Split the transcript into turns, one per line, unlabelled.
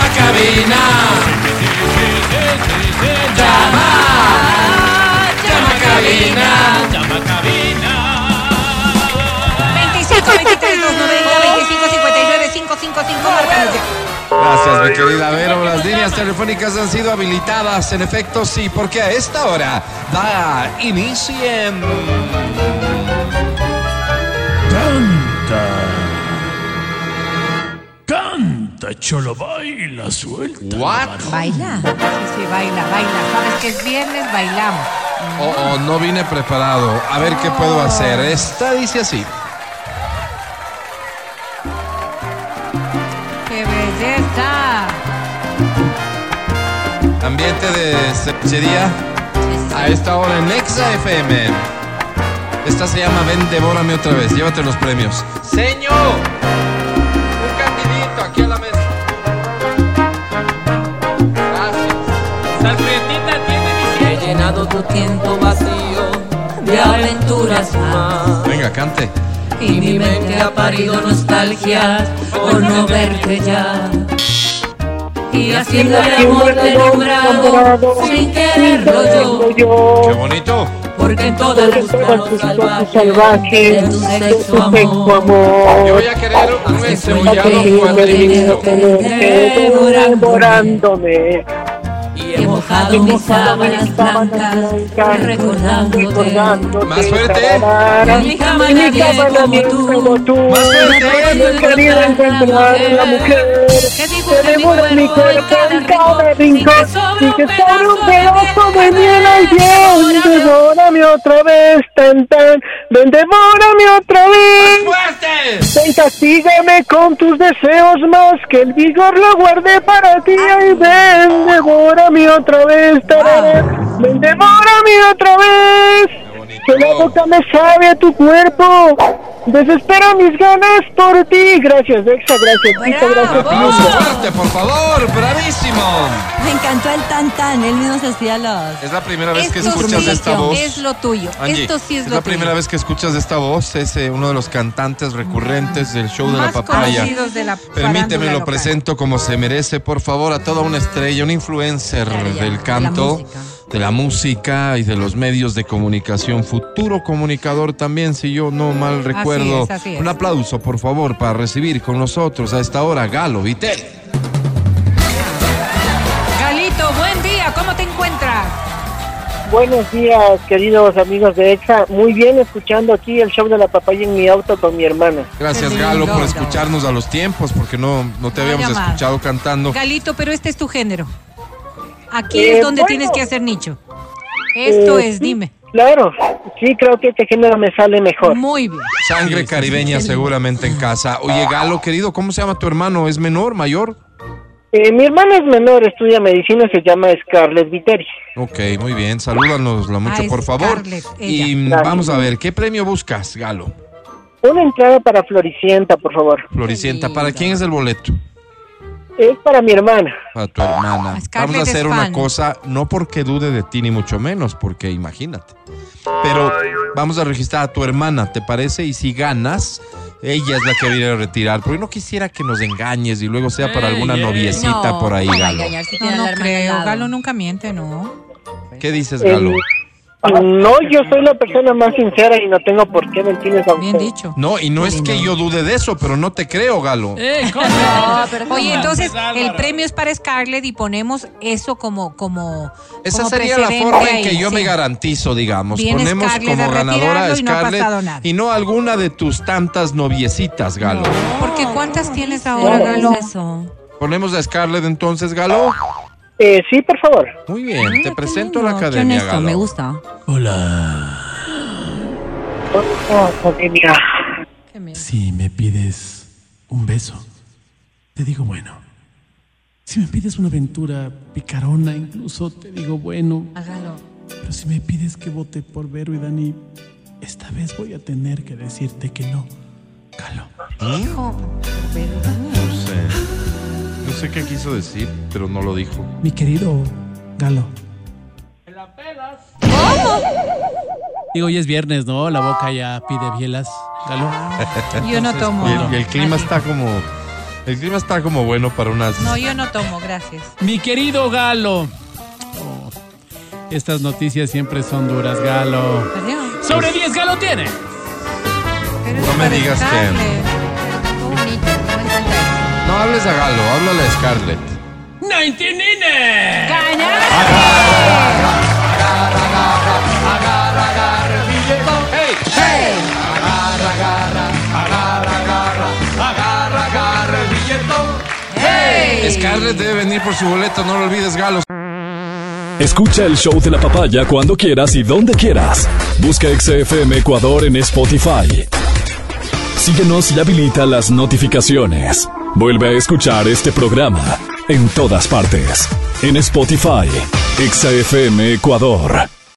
cabina. Llama, llama cabina.
Llama a cabina.
25 23 290 25 59 555 márcanos ya.
Gracias, mi querida Vero. Las líneas telefónicas han sido habilitadas, en efecto, sí, porque a esta hora da inicio en
Canta. Canta, cholo, baila, suelta.
What?
Baila. Sí, sí, baila, baila. Sabes que es viernes, bailamos.
Oh, oh, no vine preparado. A ver qué puedo hacer. Esta dice así.
¡Qué belleza!
Ambiente de cechería a esta hora en Exa FM. Esta se llama Ven, devórame otra vez. Llévate los premios. Señor, un candidito aquí a la mesa. Gracias.
Salprietita tiene
He llenado tu tiempo vacío de aventuras más.
Venga, cante.
Y mi mente ha parido nostalgias por no verte ya. Y haciendo el amor te he nombrado sin quererlo yo.
Qué
yo.
bonito.
Porque en todo el buscado salvaje
salvaje,
de tu sexo
sexo
amor.
Yo
amor.
voy a querer un
Hace
encebollado
cuenta que yo
cuadrillo.
me devorándome.
devorándome.
Y he mojado mis sábanas blancas recordándote.
Más fuerte.
En mi cama nadie como tú.
Más fuerte.
He querido encontrar la mujer
¿Qué dijo
que
que mi
devora mi cuerpo en cada rincón y que sobre un pedazo de miel hay Dios. Devórame otra vez, tan tan, ven, devórame otra vez.
¡Fuerte!
Ven, castígame con tus deseos más que el vigor lo guardé para ti. Ay, Ah. ven, devórame otra vez, tararé. Ven, devórame otra vez.
bonito.
Que la boca me sabe a tu cuerpo. Desespero mis ganas por ti. Gracias, Dexa, gracias, Tita, gracias,
Vamos
Tita.
fuerte, por favor. Bravísimo.
Me encantó el tan tan, él mismo se hacía los.
Es la primera vez que
Esto
escuchas
sí
esta voz.
Es lo tuyo.
Angie,
Esto sí es,
es
lo
la
tuyo.
primera vez que escuchas esta voz, es eh, uno de los cantantes recurrentes del show de la
Más
papaya.
conocidos de la
Permíteme,
farándula
lo
local.
presento como se merece, por favor, a toda una estrella, un influencer
Claro, ya, de
del
la
canto,
música.
de la música y de los medios de comunicación, futuro comunicador también, si yo no mal recuerdo.
es, así es.
Un aplauso, por favor, para recibir con nosotros a esta hora Galo Vitel.
Galito, buen día. ¿Cómo te encuentras?
Buenos días, queridos amigos de Exa. Muy bien, escuchando aquí el show de la papaya en mi auto con mi hermana.
Gracias,
Qué
Galo,
lindo.
por escucharnos a los tiempos, porque no, no te
No,
habíamos
ya más.
escuchado cantando.
Galito, pero este es tu género. Aquí
Eh,
es donde
bueno.
tienes que hacer nicho. Esto
Eh,
es,
sí,
dime.
Claro, sí, creo que este género me sale mejor.
Muy bien.
Sangre caribeña seguramente en casa. Oye, Galo, querido, ¿cómo se llama tu hermano? ¿Es menor, mayor?
Eh, mi hermana es menor, estudia medicina, se llama Scarlett Viteri.
Ok, muy bien. Salúdanosla mucho,
Ah,
por
es
favor.
Scarlett, ella.
y mm,
Gracias.
vamos a ver, ¿qué premio buscas, Galo?
Una entrada para Floricienta, por favor.
Floricienta,
Qué
¿para
lindo.
quién es el boleto?
Es para mi hermana.
Para tu hermana.
Ah, Scarlett
vamos a
es
hacer una
fan.
cosa, no porque dude de ti, ni mucho menos, porque imagínate. Pero vamos a registrar a tu hermana, ¿te parece? Y si ganas, ella es la que viene a retirar. Porque no quisiera que nos engañes y luego sea para
Ey,
alguna
ey.
noviecita
No,
por ahí,
¿cómo va a
Galo.
engañar si
No,
tiene
no
la hermana al
creo.
lado?
Galo nunca miente, ¿no?
¿Qué dices,
Eh,
Galo?
No, yo soy la persona más sincera y no tengo por qué mentirles a
Bien
ustedes.
dicho.
No, y no es que yo dude de eso, pero no te creo, Galo.
¡Eh, cosa!
No, pero
Ah, Oye,
no.
entonces
Álvaro.
el premio es para Scarlett y ponemos eso como como
Esa
como
sería la
precedente
forma en
ahí,
que yo
sí.
me garantizo, digamos.
Viene
Ponemos
Scarlett
como
a
ganadora a
retirarlo y no ha
Scarlett
pasado nada.
y no alguna de tus tantas noviecitas, Galo.
Porque ¿cuántas tienes
No,
ahora,
no
Galo?
es eso.
Ponemos a Scarlett entonces, Galo.
Eh, sí, por favor.
Muy bien,
Mira,
te
qué
presento a la
lindo, qué
academia,
honesto,
Galo.
me gusta.
Hola.
Oh, academia.
Si me pides un beso, te digo bueno. Si me pides una aventura picarona, incluso te digo bueno.
Hágalo.
Pero si me pides que vote por Vero y Dani, esta vez voy a tener que decirte que no. Calo.
No sé. No sé qué quiso decir, pero no lo dijo.
Mi querido Galo. Digo, hoy es viernes, ¿no? La boca ya pide bielas. Galo.
Yo no tomo.
Y el, y el clima
Ah, Así.
está como El clima está como bueno para unas.
No, yo no tomo, gracias.
Mi querido Galo. Oh, estas noticias siempre son duras, Galo.
Adiós.
Sobre 10, Galo tiene.
Pero
No
es
me digas que-
imparable. Qué bonito, qué buen detalle.
No hables a Galo, háblale a Scarlett.
99.
Ah. ¡Ganaste!
¡Hey! Scarlett debe venir por su boleto, no lo olvides, Galo.
Escucha el show de la papaya cuando quieras y donde quieras. Busca XFM Ecuador en Spotify. Síguenos y habilita las notificaciones. Vuelve a escuchar este programa en todas partes. En Spotify, XFM Ecuador.